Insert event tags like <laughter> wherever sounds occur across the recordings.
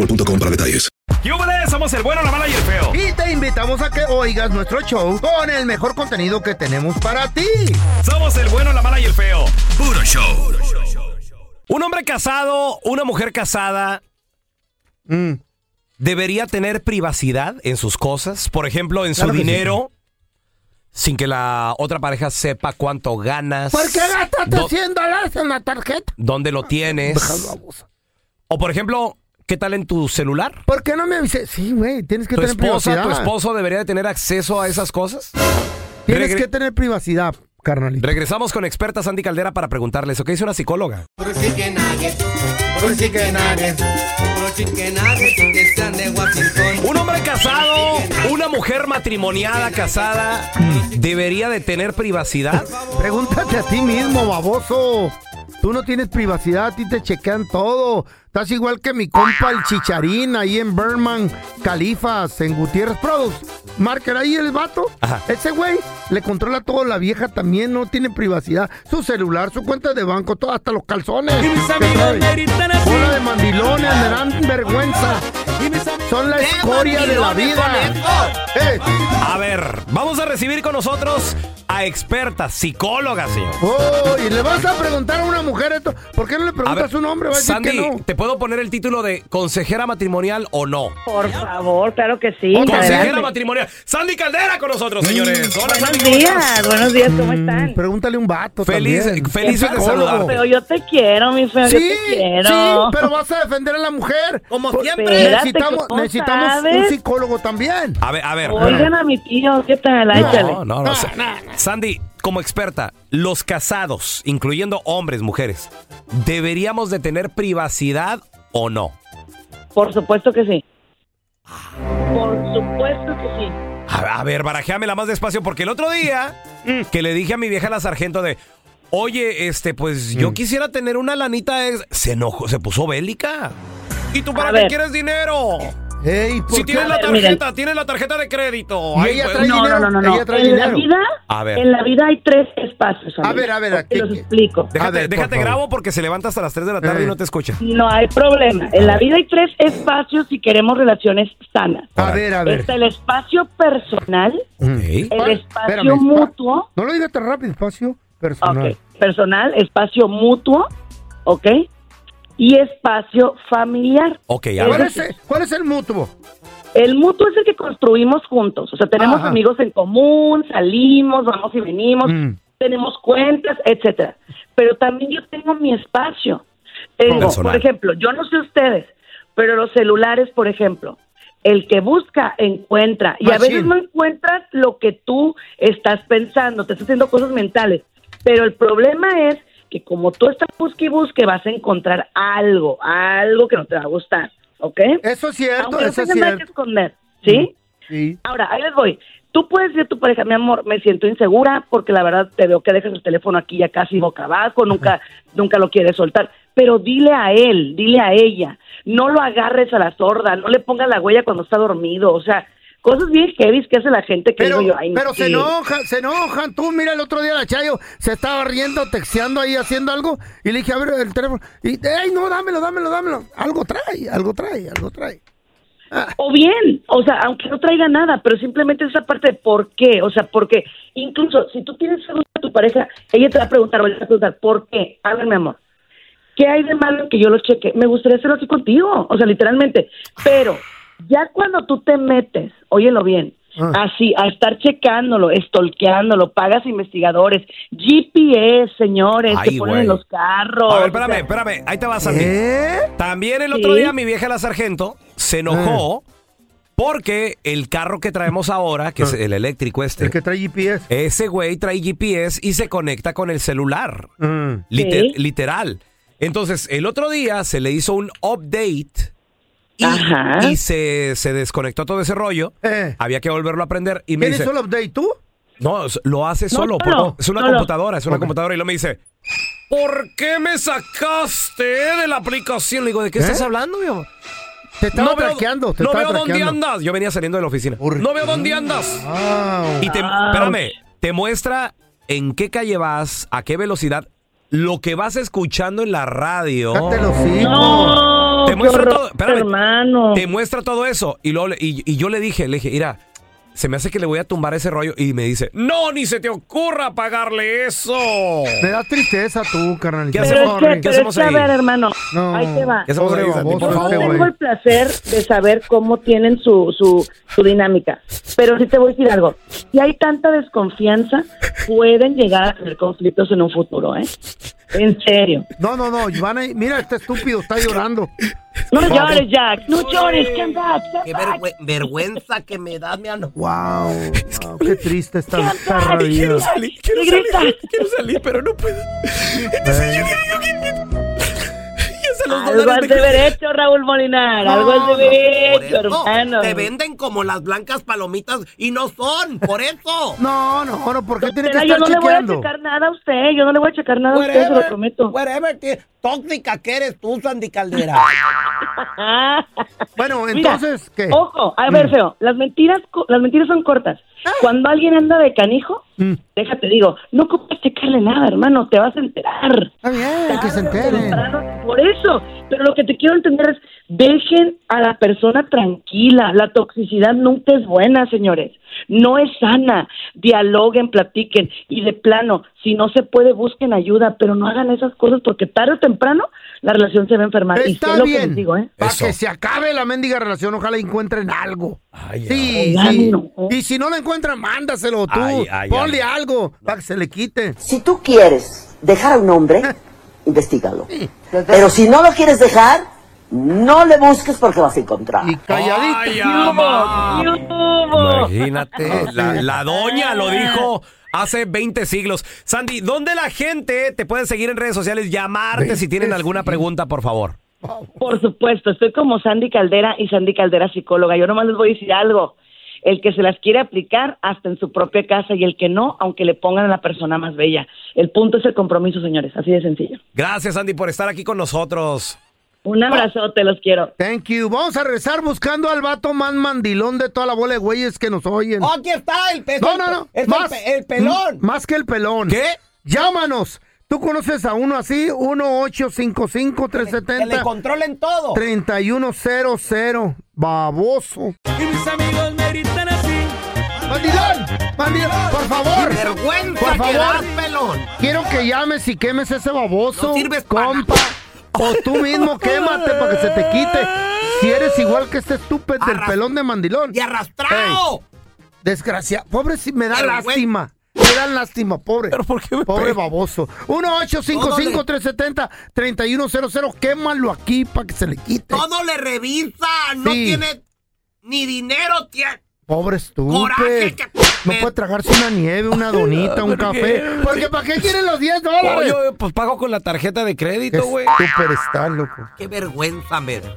para detalles. ¡Yúbales! Somos el bueno, la mala y el feo. Y te invitamos a que oigas nuestro show con el mejor contenido que tenemos para ti. Somos el bueno, la mala y el feo. Puro show. Un hombre casado, una mujer casada, Mm. debería tener privacidad en sus cosas. Por ejemplo, en Claro su que sí. dinero, sin que la otra pareja sepa cuánto ganas, ¿Por qué gastaste Do- 100 dólares en la tarjeta? dónde lo Déjalo, tienes. babosa. O por ejemplo, ¿qué tal en tu celular? ¿Por qué no me avisé? Sí, güey, tienes que ¿Tu tener esposa, privacidad. tu esposo debería de tener acceso a esas cosas? Tienes Regre- que tener privacidad, carnalito. Regresamos con experta Sandy Caldera para preguntarles, ¿o qué dice una psicóloga? Un hombre casado, una mujer matrimoniada, casada, debería de tener privacidad. Pregúntate a ti mismo, baboso. Tú no tienes privacidad, a ti te chequean todo. Estás igual que mi compa el Chicharín ahí en Berman, Califas, en Gutiérrez Produce. Marker ahí el vato. Ajá. Ese güey le controla todo, la vieja también no tiene privacidad. Su celular, su cuenta de banco, todo, hasta los calzones. ¿Qué trae? Bola de mandilones, me dan vergüenza. Son la escoria de la vida. Eh, A ver, vamos a recibir con nosotros a expertas, psicólogas, señor. oh, y le vas a preguntar a una mujer esto. ¿Por qué no le A ver, preguntas a un hombre? Va a decir Sandy, que no. ¿te puedo poner el título de consejera matrimonial o no? Por favor, claro que sí. consejera adelante. matrimonial. Sandy Caldera con nosotros, Mm. señores. Hola, Buenos Sandy. días, buenos días, ¿cómo están? Pregúntale a un vato Feliz- también. feliz de Psicólogo. saludarte. Pero yo te quiero, mi feo, yo Sí, te quiero. sí, pero vas a defender a la mujer. Como Por- siempre. Espérate, Necesitamos, ¿cómo necesitamos un sabes? psicólogo también. A ver, a ver. Oigan a mi tío, ¿qué tal? Échale. No, no, no. Sa- Sandy, como experta, los casados, incluyendo hombres, mujeres, ¿deberíamos de tener privacidad o no? Por supuesto que sí. Ah. Por supuesto que sí. A, a ver, barajéamela más despacio, porque el otro día que le dije a mi vieja la sargento de, oye, este, pues Mm. yo quisiera tener una lanita, ex-". se enojó, se puso bélica. ¿Y tú para A qué ver. Pues quieres dinero? Ey, ¿por Si qué? tienes la A ver, tarjeta, tienes la tarjeta pues, de crédito. Y Ay, ella güey. trae No, dinero, no, no, no, ella no. trae En la dinero. vida, A ver. en la vida hay tres espacios. A amigo. ver, a ver, Te aquí- los explico. Déjate, A ver, por déjate favor. grabo porque se levanta hasta las 3 de la tarde Eh. y no te escucha. No hay problema. En la vida hay tres espacios si queremos relaciones sanas. A ver, a ver. Está el espacio personal, Ok. el Ah, espacio espérame, pa- mutuo. No lo digas tan rápido, espacio personal. Ok, personal, espacio mutuo, ¿ok? Y espacio familiar. Ok, a ¿Cuál ver. es, el- cuál es el mutuo? El mutuo es el que construimos juntos, o sea, tenemos Ajá. amigos en común, salimos, vamos y venimos, Mm. tenemos cuentas, etcétera. Pero también yo tengo mi espacio. Tengo, Personal. por ejemplo, yo no sé ustedes, pero los celulares, por ejemplo, el que busca encuentra y a Machín. veces no encuentras lo que tú estás pensando, te estás haciendo cosas mentales. Pero el problema es que como tú estás busque y busque, vas a encontrar algo, algo que no te va a gustar, ¿ok? Eso es cierto, Aunque no eso es tengas nada que cierto. esconder, ¿sí? Sí. Ahora, ahí les voy. Tú puedes decir a tu pareja, mi amor, me siento insegura porque la verdad te veo que dejas el teléfono aquí ya casi boca abajo, nunca, nunca lo quieres soltar. pero dile a él, dile a ella, no lo agarres a la sorda, no le pongas la huella cuando está dormido, o sea, cosas bien heavy que hace la gente que Pero, digo yo, ay, no, pero se sí. enojan, se enojan. Tú, mira, el otro día la Chayo se estaba riendo, texteando ahí, haciendo algo. Y le dije, a ver, el teléfono. Y, ¡ey, no, dámelo, dámelo, dámelo! Algo trae, algo trae, algo trae. O bien, o sea, aunque no traiga nada, pero simplemente esa parte de por qué, o sea, porque incluso si tú tienes algo a tu pareja, ella te va a preguntar, o él te va a preguntar, ¿por qué? A ver, mi amor, ¿qué hay de malo en que yo lo cheque? Me gustaría hacerlo aquí contigo, o sea, literalmente. Pero ya cuando tú te metes, óyelo bien, Ah. así, a estar checándolo, estolqueándolo, pagas investigadores, GPS, señores, Ay, que ponen güey. en los carros. A ver, o espérame, sea, espérame. Ahí te vas a ¿Eh? También el otro Sí. día mi vieja la sargento se enojó Eh. porque el carro que traemos ahora, que es el eléctrico este, Eh. El que trae GPS. ese güey trae GPS y se conecta con el celular. Mm. Liter- Sí. Literal. Entonces, el otro día se le hizo un update y, Ajá. y se, se desconectó todo ese rollo. Eh. Había que volverlo a aprender. Y me ¿Tienes dice, solo update tú? no, s- lo hace solo. por- solo, es una solo. computadora, es una computadora. Y luego me dice, ¿por qué me sacaste de la aplicación? Le digo, ¿de qué estás hablando, mi amor? ¿Eh? Te estaba no veo, traqueando, te no estaba veo dónde traqueando. andas. Yo venía saliendo de la oficina. ¿Por No veo qué? dónde andas. Ah, Y te, espérame, te muestra en qué calle vas, a qué velocidad, lo que vas escuchando en la radio. cállate los hijos. No, Te qué muestra horror, todo, espérame. hermano. Te muestra todo eso. Y, luego le- y, y yo le dije, le dije, mira, se me hace que le voy a tumbar ese rollo. Y me dice, no, ni se te ocurra pagarle eso. Me da tristeza tú, carnalito. ¿Qué Pero es hacemos? que, ¿Qué pero hacemos es que, ahí? a ver, hermano, No. ahí te va. ¿Qué hacemos Pobre ahí, Santi? baboso Por No este favor. güey. tengo el placer de saber cómo tienen su, su, su dinámica, pero sí te voy a decir algo. Si hay tanta desconfianza, pueden llegar a tener conflictos en un futuro, ¿eh? En serio. No, no, no, Ivana, mira, este estúpido está llorando. No llores, Jack. No llores. Come back. Come back. vergüenza que me da, mi ano. Wow, wow, qué triste está Qué esta barbaridad. vida. ¿Qué gritas? quiero salir, pero no puedo. Algo has de haber hecho, Raúl Molinar. Algo has de haber hecho, hermano. venden como las blancas palomitas y no son, por eso. No, no, no, ¿por qué tiene que Pero yo estar no le voy a chequeando? checar nada a usted. Yo no le voy a checar nada a usted, se lo prometo. Whatever, tío. tóxica que eres tú, Sandy Caldera. Bueno, Ah. Mira, entonces, ¿qué? Mm. Ojo, a ver, feo, las mentiras, co- las mentiras son cortas. Ah. Cuando alguien anda de canijo, Mm. déjate digo, no ocupas checarle nada, hermano, te vas a enterar. Está bien, que se Tarde o enteren. temprano, Por eso, pero lo que te quiero entender es, dejen a la persona tranquila, la toxicidad nunca es buena, señores, no es sana, dialoguen, platiquen y de plano, si no se puede, busquen ayuda, pero no hagan esas cosas porque tarde o temprano la relación se va a enfermar. y sé Está lo que les bien. digo, ¿eh? Para Eso. que se acabe la mendiga relación, ojalá encuentren algo. Ay, sí, sí. ay. Oigan, no. Y si no lo encuentran, mándaselo tú. Ay, ay, Ponle ay. algo para que se le quite. Si tú quieres dejar a un <laughs> hombre, investigalo. Pero si no lo quieres dejar, no le busques porque vas a encontrar. Y calladito. Ay, ¡Yubo! ama. ¡Yubo! Imagínate, la, la doña lo dijo hace 20 siglos. Sandy, ¿dónde la gente te puede seguir en redes sociales? Llamarte si tienen alguna pregunta, por favor. Por supuesto, estoy como Sandy Caldera y Sandy Caldera psicóloga. Yo nomás les voy a decir algo. El que se las quiere aplicar hasta en su propia casa y el que no, aunque le pongan a la persona más bella. El punto es el compromiso, señores. Así de sencillo. Gracias, Sandy, por estar aquí con nosotros. Un abrazote, los quiero. Thank you. Vamos a rezar buscando al vato más mandilón de toda la bola de güeyes que nos oyen. Oh, Aquí está el No, pelón. no, no. Es el más, pe- el pelón. M- Más que el pelón. ¿Qué? Llámanos. ¿Tú conoces a uno así? 1-855-370. Que le controlen todo. 3100, baboso. ¡Mandilón! ¡Mandilón! ¡Por favor! Vergüenza Por que favor. das, pelón. Quiero que llames y quemes ese baboso. No sirves pa' compa. O tú <laughs> mismo quémate para que se te quite. Si eres igual que este estúpido del Arras- pelón de mandilón. Y arrastrado. Desgracia. Pobre, sí, me da Vergüenza. lástima. Me da lástima, pobre. ¿Pero por qué me pobre pega? baboso. 1-855-370-3100. Quémalo aquí para que se le quite. Todo le revisa. No Sí. tiene ni dinero. Tiene. Pobre estúpido. Coraje que- No puede tragarse una nieve, una <laughs> donita, un ¿por café. qué? Porque ¿para qué quieren los 10 Oh, dólares? yo, pues pago con la tarjeta de Qué crédito, güey. estúpido está, loco. Qué vergüenza, me da.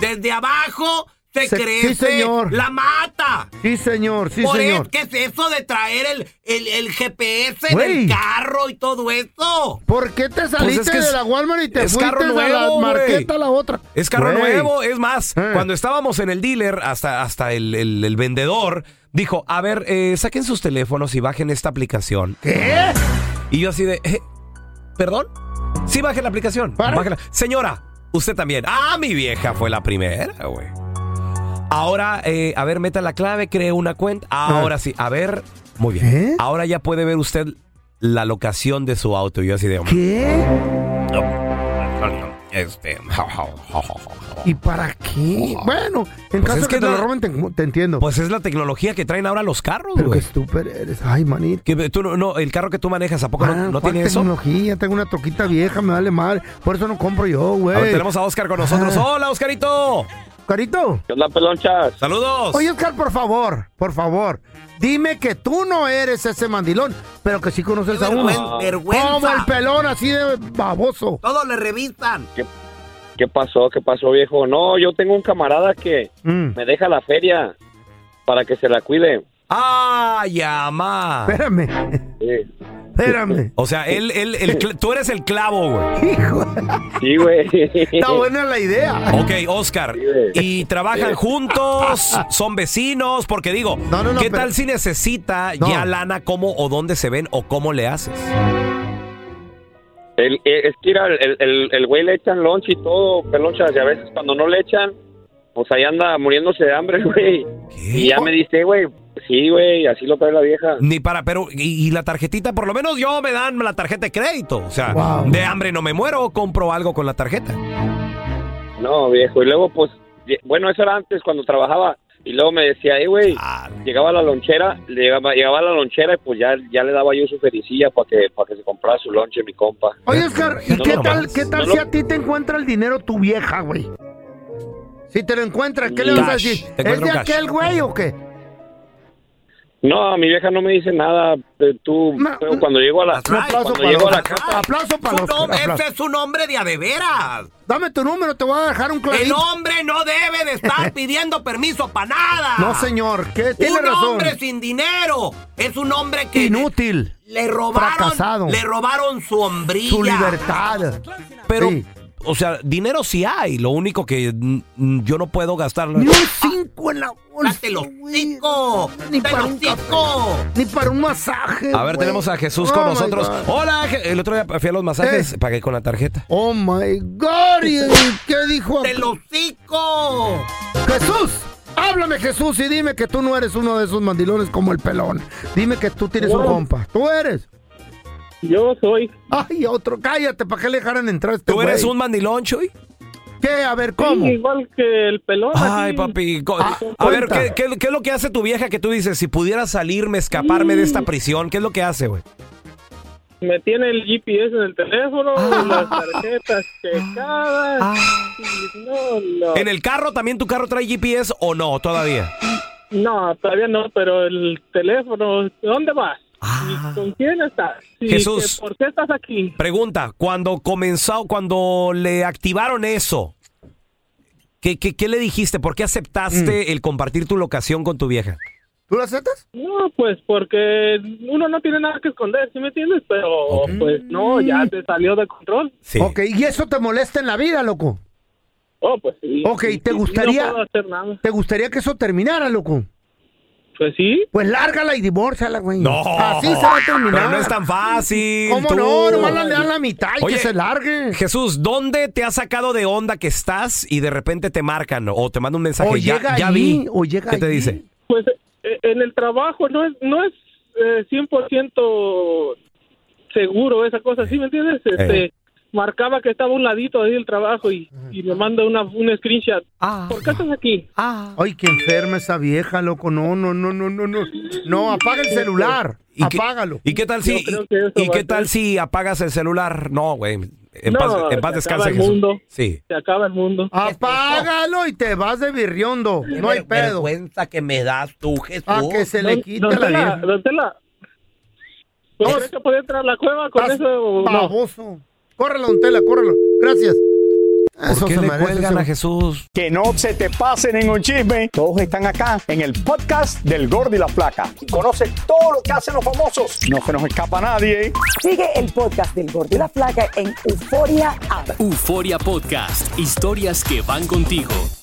Desde abajo te Se- crece, sí, señor. la mata. Sí, señor, sí, Por señor. eso, ¿qué es eso de traer el, el, el GPS Güey. del carro y todo eso? ¿Por qué te saliste Pues es que es- de la Walmart y te es fuiste carro a la nuevo, güey. marqueta a la otra? Es carro Güey. nuevo, es más, Eh. cuando estábamos en el dealer, hasta, hasta el, el- el vendedor dijo, a ver, eh, saquen sus teléfonos y bajen esta aplicación. ¿Qué? Y yo así de, "Eh, ¿perdón? Sí, baje la aplicación. ¿Para? bájela. Señora, usted también. Ah, mi vieja fue la primera, güey. Ahora, eh, a ver, meta la clave, cree una cuenta. Ahora sí, a ver, muy bien. Ah. ¿Eh? Ahora ya puede ver usted la locación de su auto. Y yo así de, ¿Qué? este, ¿Y para qué? Bueno, en Pues caso es que, que te la- lo roben, te, te entiendo. Pues es la tecnología que traen ahora los carros, Pero pues qué güey. estúpido eres. Ay, manito. Que tú no- no, el carro que tú manejas, ¿a poco no- Ah, no, ¿cuál tiene eso? tecnología? Tengo una troquita vieja, me vale mal. Por eso no compro yo, güey. A ver, tenemos a Oscar con nosotros. Ah. ¡Hola, Oscarito! Carito. ¿Qué onda, pelonchas? ¡Saludos! Oye, Oscar, por favor, por favor. Dime que tú no eres ese mandilón, pero que sí conoces a uno. Como el pelón así de baboso. Ah. Todo le revistan. ¿Qué pasó? ¿Qué pasó, viejo? No, yo tengo un camarada que Mm. me deja la feria para que se la cuide. ¡Ay, ama! Espérame, Sí, espérame. O sea, él, él, el cl- tú eres el clavo, güey. Hijo, sí, güey. está buena la idea. Ok, Oscar. güey. ¿Y trabajan juntos? ¿Son vecinos? Porque digo, No, no, no, ¿qué pero- tal si necesita No. ya lana cómo o dónde se ven o cómo le haces? El- el- es que mira, el, el, el güey le echan lunch y todo, pelonchas, y a veces cuando no le echan, pues ahí anda muriéndose de hambre, güey. Y ya me dice, güey, sí, güey, así lo trae la vieja. Ni para, pero, y, y la tarjetita, por lo menos yo me dan la tarjeta de crédito. O sea, Wow. de hambre no me muero, compro algo con la tarjeta. <laughs> No, viejo. Y luego, pues, ye- bueno, eso era antes cuando trabajaba. Y luego me decía, eh, Ah. güey, llegaba la lonchera, llegaba, llegaba la lonchera y pues ya, ya le daba yo su fericilla para que, para que se comprara su lonche, mi compa. Oye, Oscar, ¿y No qué lo tal, más. qué tal No si lo- a ti te encuentra el dinero tu vieja, güey? Si te lo encuentra, ¿qué le vas a Cash. decir? Te ¿Es encuentro de cash. aquel güey o qué? No, mi vieja no me dice nada. eh, Tú, No, pero cuando llego a la, Un aplauso cuando para llego a Oscar. la casa, Aplauso para Oscar, aplauso. es un hombre de a de veras. este Dame tu número, te voy a dejar un clarito. hombre no debe <laughs> de estar pidiendo permiso para nada. No, señor, que tiene un razón. hombre sin dinero es un hombre que Inútil. le robaron Fracasado. le robaron su hombrilla. Su libertad. Pero Sí. o sea, dinero sí hay, lo único que mm, yo no puedo gastarlo. Ni un cinco en la bolsa. los güey. cinco, Ni date para los un café, cinco. Ni para un masaje. A ver, güey. tenemos a Jesús Oh con my nosotros. God. Hola, Je- el otro día fui a los masajes, Eh. pagué con la tarjeta. Oh my God. ¿Y y qué dijo? los cinco. Jesús. Háblame, Jesús, y dime que tú no eres uno de esos mandilones como el pelón. Dime que tú tienes un No. compa. Tú eres. yo soy, Ay, otro. Cállate, ¿para qué le dejaran entrar a este ¿Tú eres güey? un mandilón, Chuy? ¿Qué? A ver, ¿cómo? sí, igual que el pelón. Ay, así. papi. co- Ah, a ver, cuenta. ¿qué, qué, qué es lo que hace tu vieja que tú dices? Si pudiera salirme, escaparme de Mm. esta prisión, ¿qué es lo que hace, güey? Me tiene el GPS en el teléfono, Ah. las tarjetas checadas. y No, no. ¿En el carro también tu carro trae GPS o no todavía? No, todavía no, pero el teléfono, ¿dónde vas? ¿Y ¿Con quién estás? ¿Y Jesús. que ¿Por qué estás aquí? Pregunta, cuando comenzó, cuando le activaron eso, ¿qué, qué, qué le dijiste? ¿Por qué aceptaste el compartir tu locación con tu vieja? ¿Tú lo aceptas? No, pues porque uno no tiene nada que esconder, ¿sí me entiendes? Pero pues no, ya te salió de control. Sí. Ok, ¿y eso te molesta en la vida, loco? Oh, pues sí. Ok, ¿te Sí, sí, gustaría- No puedo hacer nada. ¿Te gustaría que eso terminara, loco? Pues sí. Pues lárgala y divórzala, güey. No. Así se va a terminar. Pero no es tan fácil. ¿Cómo tú. no? Nomás la- le dan la mitad y Oye, que se largue. Jesús, ¿dónde te has sacado de onda que estás y de repente te marcan o te mandan un mensaje? O ya, llega ya allí, vi. o llega ¿Qué te allí. dice? Pues eh, en el trabajo no es no es eh, 100% seguro esa cosa, ¿sí me entiendes? Este, Eh. Marcaba que estaba a un ladito ahí del trabajo y, y me manda una, un screenshot. Ah. ¿Por qué estás aquí? Ay, qué enferma esa vieja, loco. No, no, no, no, no, no. No, apaga el celular. qué- Apágalo. ¿Y qué tal Yo si, creo que eso y va qué a tal ser. si apagas el celular? No, güey. En No, paz, en paz se descanse, acaba el Jesús. mundo. Sí. Se acaba el mundo. Ah, Apágalo y te vas de birriondo. No hay pedo. vergüenza Oh, que me das tú, A Jesús. que se le Don- quita don la Tela, vieja. don Tela, ¿No crees que podía entrar a la cueva con Estás eso? o No. Baboso. Córrelo, don Tela, córrelo. Gracias. ¿Por qué le cuelgan a Jesús? Que no se te pase ningún chisme. Todos están acá en el podcast del Gordi y la Flaca. Y conoce todo lo que hacen los famosos. No se nos escapa nadie. Sigue el podcast del Gordo y la Flaca en Euforia App. Euforia Podcast. Historias que van contigo.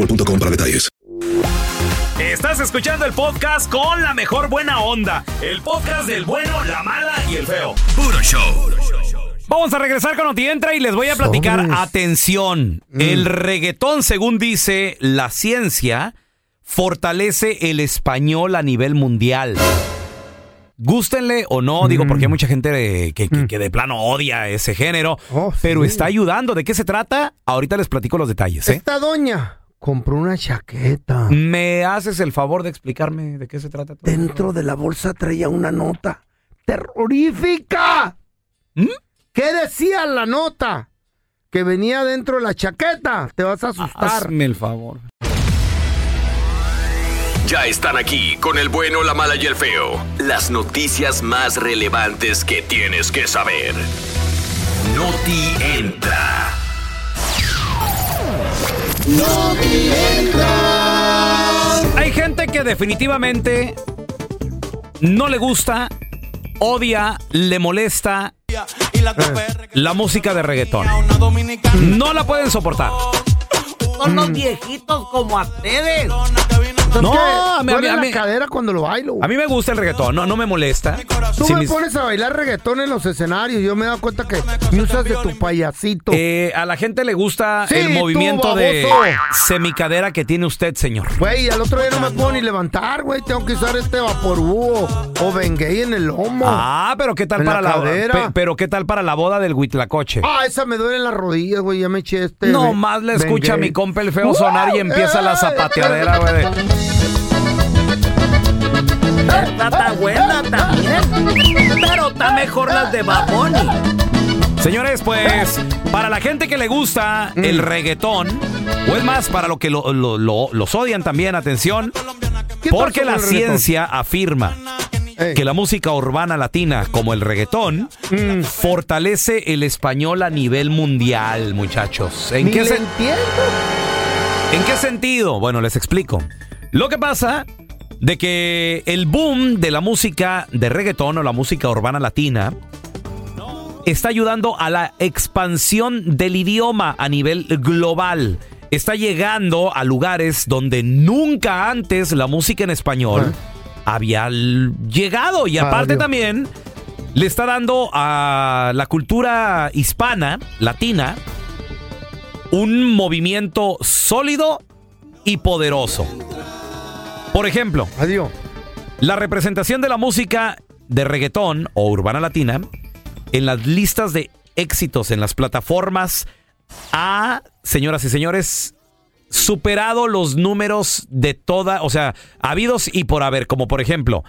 para detalles. Estás escuchando el podcast con la mejor buena onda. El podcast del bueno, la mala y el feo. Puro show. Vamos a regresar con Oti Entra y les voy a platicar. Atención. El reggaetón, según dice la ciencia, fortalece el español a nivel mundial. Gústenle o no, digo, porque hay mucha gente eh, que, que- que de plano odia ese género, pero está ayudando. ¿De qué se trata? Ahorita les platico los detalles. ¿eh? Mm. Esta doña compró una chaqueta. ¿Me haces el favor de explicarme de qué se trata? todo? Dentro de la bolsa traía una nota terrorífica. ¿Mm? ¿Qué decía la nota? Que venía dentro de la chaqueta. Te Ah, vas a asustar. Hazme el favor. Ya están aquí con el bueno, la mala y el feo. Las noticias más relevantes que tienes que saber. Noti entra. Hay gente que definitivamente no le gusta, odia, le molesta la música de reggaetón. No la pueden soportar. Son los viejitos como a ustedes. No, a a mí- a mí- a mí- la cadera cuando lo bailo. A mí me gusta el reggaetón, no, no me molesta. Tú Si me mis- pones a bailar reggaetón en los escenarios. Yo me he dado cuenta que me usas de tu payasito. eh, a la gente le gusta Sí, el tú, movimiento de baboso. semicadera que tiene usted, señor. Güey, al otro día no me puedo ni levantar, güey. Tengo que usar este vaporú o- o Bengay en el lomo. Ah, pero qué tal En para la, cadera. pe- pero qué tal para la boda del Huitlacoche. Ah, esa me duele en las rodillas, güey. Ya me eché este. No más le escucha a mi compa el feo sonar y empieza <laughs> la zapateadera, güey. de- Esta está buena también. Pero está mejor las de Baboni. Señores, pues para la gente que le gusta Mm. el reggaetón, o es más, para lo que lo- lo- lo- los odian también, atención, ¿Qué porque pasó la con el reggaetón? ciencia afirma que la música urbana latina, como el reggaetón, fortalece el español a nivel mundial, muchachos. ¿En Ni qué le sen- ¿En qué sentido? Bueno, les explico. Lo que pasa de que el boom de la música de reggaetón o la música urbana latina está ayudando a la expansión del idioma a nivel global. Está llegando a lugares donde nunca antes la música en español había l- llegado. Y aparte también le está dando a la cultura hispana, latina, un movimiento sólido y poderoso. Por ejemplo, la representación de la música de reggaetón o urbana latina en las listas de éxitos en las plataformas ha, señoras y señores, superado los números de toda, o sea, habidos y por haber, como Mm. por ejemplo,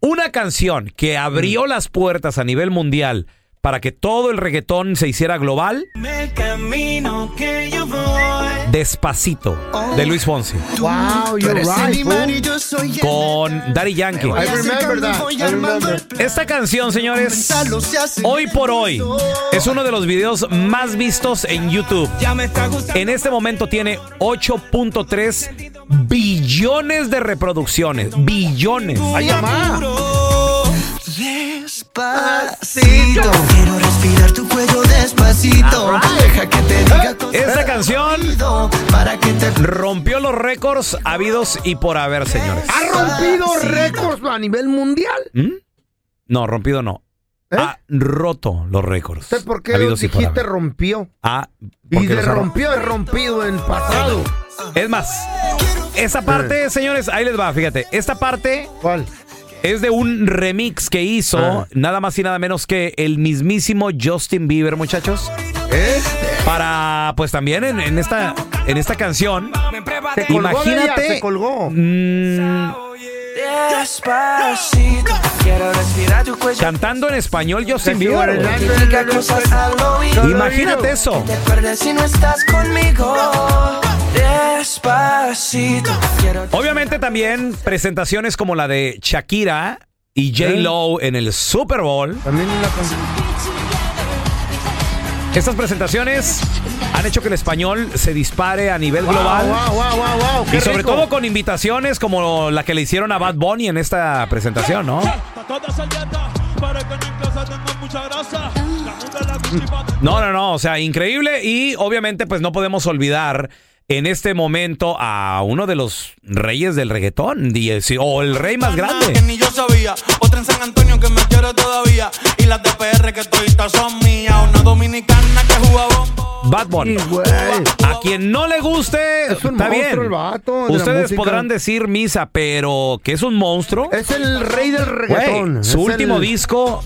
una canción que abrió las puertas a nivel mundial para que todo el reggaetón se hiciera global, El camino que yo voy. Oh. Despacito, de Luis Fonsi. Wow, you're right, fool. yo soy Con Daddy Yankee. I remember that. I remember. Esta canción, señores, hoy por hoy es uno de los videos más vistos en YouTube. En este momento tiene 8.3 billones de reproducciones. Billones. Ay, mamá. Despacito. Ah, Quiero respirar tu cuello despacito. Deja que te diga Esta canción rompió los récords habidos y por haber, señores. Ha rompido récords a nivel mundial. ¿Mm? No, rompido no. Ha roto los récords. ¿Usted ¿Eh? por qué Habidos y por dijiste haber. rompió? Ah, Y porque de los ha rom- rompió es rompido en pasado. Es más, esa parte, señores, ahí les va, fíjate. Esta parte. Es de un remix que hizo Ah. nada más y nada menos que el mismísimo Justin Bieber, muchachos. ¿Eh? Para, pues también en, en esta, en esta canción. Se colgó de imagínate. mm, ella, se colgó. Despacito. Quiero respirar tu cuello. cantando en español Justin Bieber. güey. Te diga cosas al oído. Imagínate eso. Te acuerdas si no estás conmigo. Despacito. Quiero Obviamente también presentaciones como la de Shakira y ¿Eh? J. Lo en el Super Bowl. Estas presentaciones han hecho que el español se dispare a nivel global. Wow, wow, wow, wow, qué y sobre rico. todo con invitaciones como la que le hicieron a Bad Bunny en esta presentación, ¿no? No, no, no, o sea, increíble y obviamente pues no podemos olvidar en este momento a uno de los reyes del reggaetón y el- o el rey más grande. Ni yo sabía, otra en San Antonio que me quiere todavía. Y las de PR que todavía son mías. Una dominicana que jugaba Bad Bunny. A quien no le guste, está monstruo bien. el vato de la Ustedes música. podrán decir misa, pero que es un monstruo. Es el rey del reggaetón. Güey, su Es último el- disco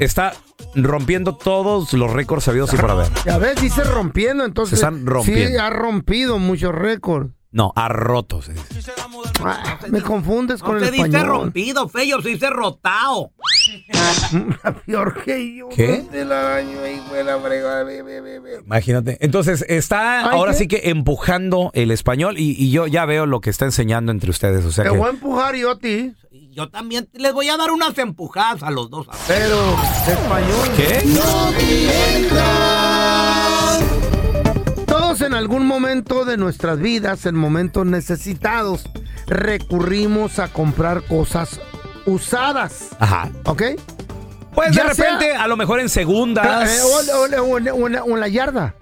está rompiendo todos los récords sabidos y por haber. Ya ves, dice rompiendo, entonces. Se están rompiendo. Sí, ha rompido muchos récords. No, ha roto. se dice. Ah, me confundes con No el te español. diste <laughs> rompido, feyo, se dice rotado. Peor que yo. ¿Qué? de la año, hijo de la fregada, ve, ve, ve, ve. Imagínate. Entonces está Ay, ahora ¿qué? sí que empujando el español y, y yo ya veo lo que está enseñando entre ustedes. O sea Te que- voy a empujar yo a ti. Yo también les voy a dar unas empujadas a los dos. Pero, español. ¿Qué? Todos en algún momento de nuestras vidas, en momentos necesitados, recurrimos a comprar cosas usadas. Ajá. ¿Ok? Pues de Ya sea- repente, a lo mejor en segundas. Eh, o- o- o- o- o- en la- o en la yarda.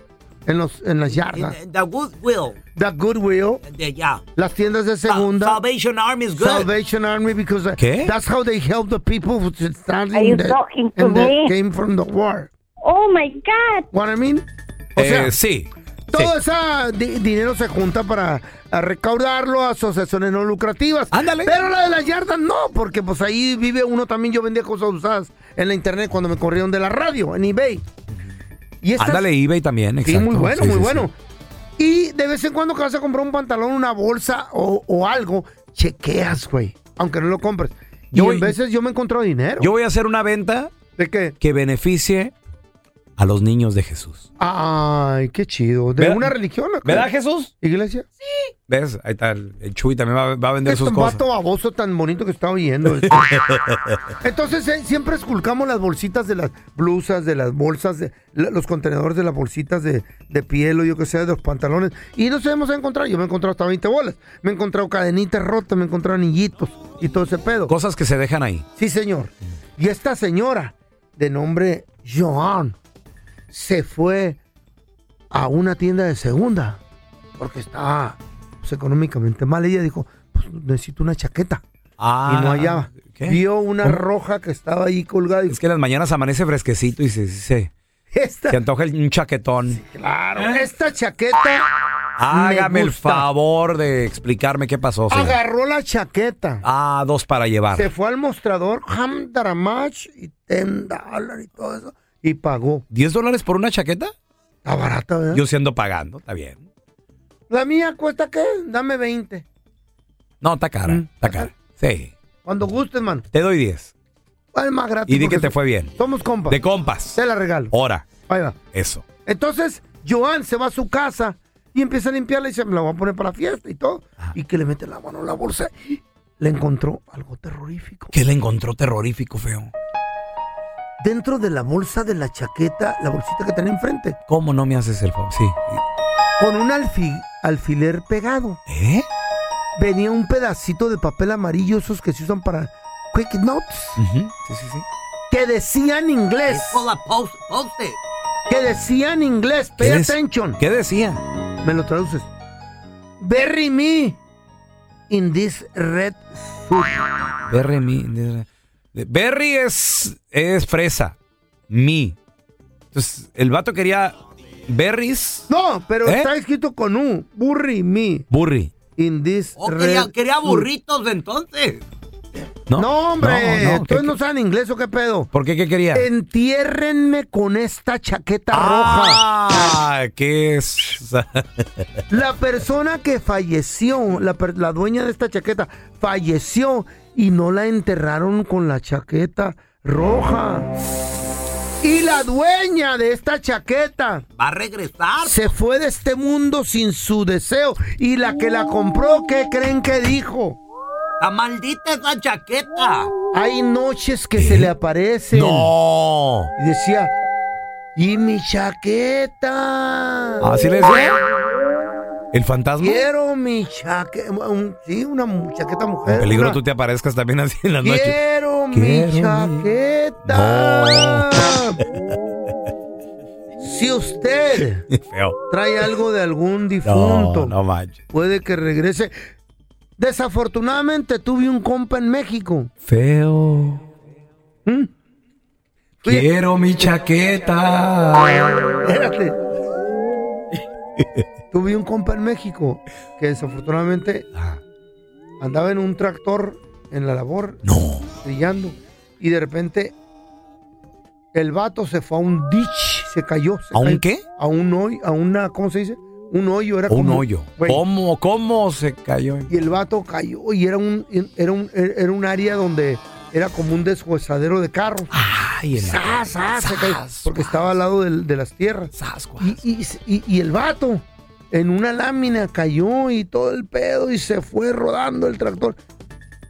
En, los, en las yardas. The Eh, Goodwill. The Goodwill. De ya. Las tiendas de segunda. Salvation Army is good. Salvation Army because uh, ¿Qué? that's how they help the people who stand Are you in the, talking to in the- me? came from the war. Oh my God. What I mean? O Eh, sea, sí. todo ese dinero se junta para a recaudarlo a asociaciones no lucrativas. Ándale. Pero la de las yardas no, porque pues ahí vive uno también. Yo vendía cosas usadas en la internet cuando me corrieron de la radio, en eBay. Y estas- Ándale, eBay también. Sí, exacto. muy bueno, Sí, muy sí, bueno. sí. Y de vez en cuando que vas a comprar un pantalón, una bolsa o, o algo, chequeas, güey. Aunque no lo compres. Yo y voy- en veces yo me encontré dinero. Yo voy a hacer una venta ¿De qué? que beneficie a los niños de Jesús. Ay, qué chido. ¿De ¿Verdad- una religión? o qué? ¿Verdad, Jesús? ¿Iglesia? ¿Ves? Ahí está. El el Chuy también va, va a vender Es sus un cosas. Este vato baboso tan bonito que está oyendo. <laughs> esto. Entonces eh, siempre esculcamos las bolsitas de las blusas, de las bolsas, de la- los contenedores de las bolsitas de, de piel o yo que sé, de los pantalones. Y nos hemos encontrado. Yo me he encontrado hasta 20 bolas. Me he encontrado cadenitas rotas, me he encontrado anillitos y todo ese pedo. Cosas que se dejan ahí. Sí, señor. Y esta señora, de nombre Joan, se fue a una tienda de segunda porque estaba pues, económicamente mal. Ella dijo, pues necesito una chaqueta. Ah, y no hallaba. ¿qué? Vio una ¿Cómo? roja que estaba ahí colgada. y Es que en las mañanas amanece fresquecito y se, se, Esta- se antoja el- un chaquetón. Claro, ¿Eh? esta chaqueta Hágame me el gusta. favor de explicarme qué pasó. señor. agarró la chaqueta. Ah, dos para llevar. Se fue al mostrador, Hamdaramach y Tendal y todo eso. Y pagó. ¿10 dólares por una chaqueta? Está barata, ¿verdad? Yo siendo pagando, está bien. La mía cuesta qué? Dame 20. Mm. No, está cara, está cara. Sí, Cuando gustes, mano. te doy 10. Es más gratis. Y di que porque te fue bien. Somos compas. De Oh. compas. Te la regalo. Ahora. Ahí va. Eso. Entonces, Joan se va a su casa y empieza a limpiarla y dice, me la voy a poner para la fiesta y todo. Ah. Y que le mete la mano en la bolsa. Le encontró algo terrorífico. ¿Qué le encontró terrorífico, feo? Dentro de la bolsa de la chaqueta, la bolsita que tenía enfrente, ¿Cómo no me haces el favor? Sí. con un alfi- alfiler pegado. ¿Eh? Venía un pedacito de papel amarillo, esos que se usan para Quick Notes, Sí, sí, sí. que decía en inglés. Que decía en inglés, pay ¿Qué dec- attention. ¿Qué decía? Me lo traduces. Bury me in this red suit. Berry, mi- Berry es, es fresa. Mi. Entonces, el vato quería berries. No, pero ¿Eh? está escrito con U. Bury me Burri. in this red Oh, Quería, quería suit. burritos entonces. No, hombre, No, no, entonces no saben inglés o qué pedo. ¿Por qué? ¿Qué quería? Entiérrenme con esta chaqueta roja. Ah, ¿qué es? <laughs> La persona que falleció, la, per- la dueña de esta chaqueta, falleció y no la enterraron con la chaqueta roja. Y la dueña de esta chaqueta Va a regresar. se fue de este mundo sin su deseo. Y la que la compró, ¿qué creen que dijo? La maldita esa chaqueta. Hay noches que se le aparecen. ¿Eh? No. Y decía, ¿y mi chaqueta? ¿Así le decía? ¿El fantasma? Quiero mi chaqueta. sí, una mu- chaqueta mujer. En peligro una- tú te aparezcas también así en las noches. Quiero Quiero mi mi- chaqueta. Si usted <laughs> Feo. trae algo de algún difunto, No, no manches. puede que regrese. Desafortunadamente tuve un compa en México. ¿Mm? Feo. Quiero mi chaqueta. <laughs> Espérate. Tuve un compa en México que desafortunadamente Ah, andaba en un tractor en la labor. No. Brillando. Y de repente el vato se fue a un ditch, se cayó. se ¿A un cayó. qué? A un hoyo, a una, ¿cómo se dice? Un hoyo era Un como- hoyo. Güey, ¿Cómo, ¿Cómo se cayó? Y el vato cayó y era un, era un, era un área donde era como un deshuesadero de carros. Ay, el- ¡Sas, sas! se cayó, porque estaba al lado del- de, las tierras. Y, y- y- y el vato en una lámina cayó y todo el pedo y se fue rodando el tractor.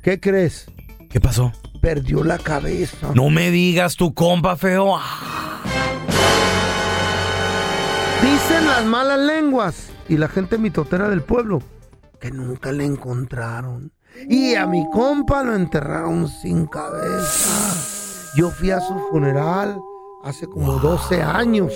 ¿Qué crees? ¿Qué pasó? Perdió la cabeza. No me digas tu compa, feo. Ah, Dicen las malas lenguas y la gente mitotera del pueblo que nunca le encontraron. Y a mi compa lo enterraron sin cabeza. Yo fui a su funeral hace como 12 años.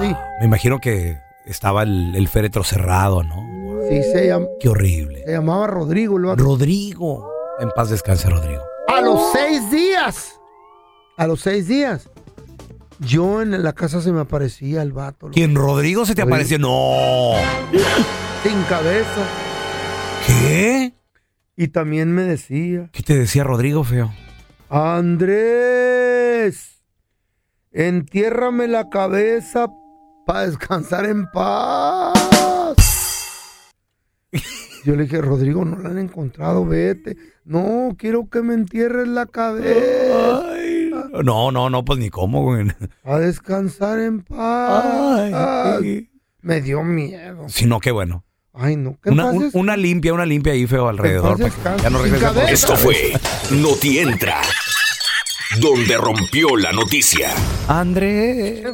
Sí, Ah, Me imagino que estaba el, el féretro cerrado, ¿no? sí, se, llam- Qué horrible. se llamaba Rodrigo el vato. Rodrigo. En paz descanse, Rodrigo. A los seis días. A los seis días. Yo en la casa se me aparecía el vato. loco. ¿Quién Rodrigo se te apareció? No. Sin cabeza. ¿Qué? Y también me decía. ¿Qué te decía Rodrigo, feo? Andrés, entiérrame la cabeza para descansar en paz. Yo le dije, Rodrigo, no la han encontrado, vete. No, quiero que me entierres la cabeza No, no, no, pues ni cómo, güey. a descansar en paz. Ay. Me dio miedo. Si no, qué bueno. Ay, no, ¿qué Una, pasa? un- una limpia, una limpia ahí, feo, alrededor. Que en paz para que ya no descanse. regrese. Sin Esto fue Noti Entra, donde rompió la noticia. Andrés.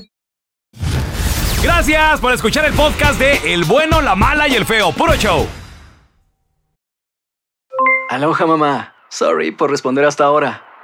Gracias por escuchar el podcast de El bueno, la mala y el feo. Puro show. Aloha mamá. Sorry por responder hasta ahora.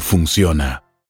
funciona.